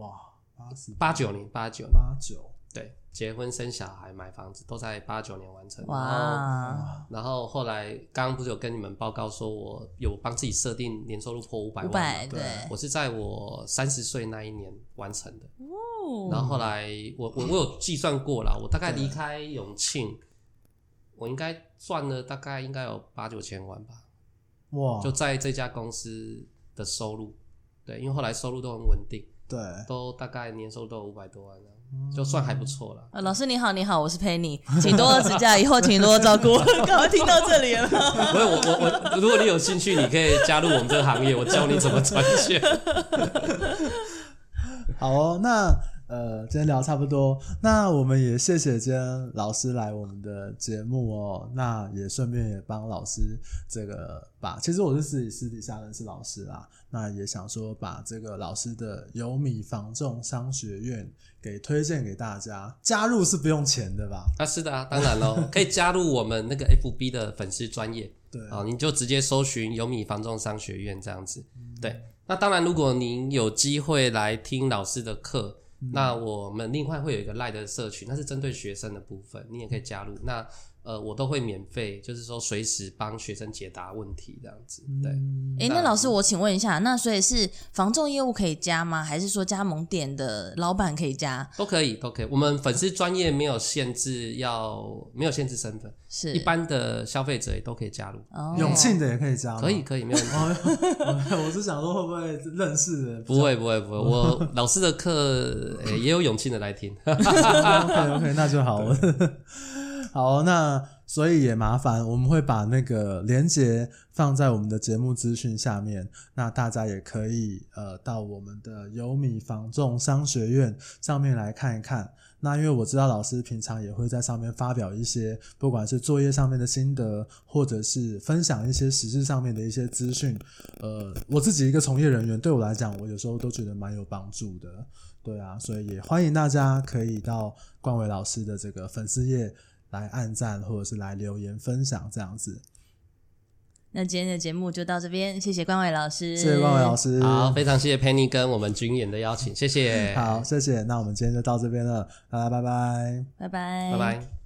Speaker 1: 哇，八十
Speaker 3: 八九年，八九年，
Speaker 1: 八九，
Speaker 3: 对，结婚生小孩、买房子都在八九年完成。然
Speaker 1: 哦
Speaker 3: 后
Speaker 2: 哇，
Speaker 3: 然后后来，刚刚不是有跟你们报告说，我有帮自己设定年收入破五百
Speaker 2: 五
Speaker 3: 万
Speaker 2: 百
Speaker 3: 嘛？
Speaker 2: 对，
Speaker 3: 我是在我三十岁那一年完成的。
Speaker 2: 哦
Speaker 3: 然后后来我我我有计算过啦，我大概离开永庆，我应该赚了大概应该有八九千万吧，
Speaker 1: 哇，
Speaker 3: 就在这家公司的收入。对，因为后来收入都很稳定，
Speaker 1: 对，
Speaker 3: 都大概年收入都有五百多万了、
Speaker 1: 嗯
Speaker 3: 就算还不错啦。
Speaker 2: 呃，老师你好，你好，我是佩妮， <laughs> 请多多指教，以后请多多照顾。刚好听到这里了吗，
Speaker 3: 不是我我我，如果你有兴趣，你可以加入我们这个行业，我教你怎么赚钱。
Speaker 1: 好哦，那呃，今天聊差不多，那我们也谢谢今天老师来我们的节目哦。那也顺便也帮老师这个把，其实我是自己私底下认识老师啦，那也想说把这个老师的有米防重商学院给推荐给大家，加入是不用钱的吧？
Speaker 3: 啊，是的啊，当
Speaker 1: <laughs>
Speaker 3: 然喽，可以加入我们那个 FB 的粉丝专业
Speaker 1: 对，
Speaker 3: 啊，你就直接搜寻有米房仲商学院这样子。
Speaker 1: 嗯
Speaker 3: 对，那当然，如果您有机会来听老师的课，
Speaker 1: 嗯
Speaker 3: 那我们另外会有一个赖的社群，那是针对学生的部分，你也可以加入。那呃，我都会免费，就是说随时帮学生解答问题这样子。对，
Speaker 1: 嗯
Speaker 2: 诶，那老师，我请问一下，那所以是房仲业务可以加吗？还是说加盟店的老板可以加？
Speaker 3: 都可以，都可以。我们粉丝专业没有限制要，没有限制身份，
Speaker 2: 是
Speaker 3: 一般的消费者也都可以加入。
Speaker 2: 哦
Speaker 1: 永庆的也可以加吗，
Speaker 3: 可以，可以，没有问题。
Speaker 1: 哦。我是想说会不会认识的
Speaker 3: 不会不会不会，我老师的课、呃也有勇气的来听。
Speaker 1: OK OK，那就好。 <laughs> 好，那所以也麻烦，我们会把那个连接放在我们的节目资讯下面，那大家也可以呃到我们的有米房仲商学院上面来看一看。那因为我知道老师平常也会在上面发表一些，不管是作业上面的心得，或者是分享一些实质上面的一些资讯。呃，我自己一个从业人员，对我来讲，我有时候都觉得蛮有帮助的。对啊，所以也欢迎大家可以到冠伟老师的这个粉丝页来按赞，或者是来留言分享这样子。
Speaker 2: 那今天的节目就到这边，谢谢关伟老师，
Speaker 1: 谢谢冠伟老师，
Speaker 3: 嗯好，，非常谢谢 Penny 跟我们军演的邀请，谢谢，
Speaker 1: 好，谢谢。那我们今天就到这边了，大家拜拜。
Speaker 2: 拜拜，
Speaker 3: 拜拜。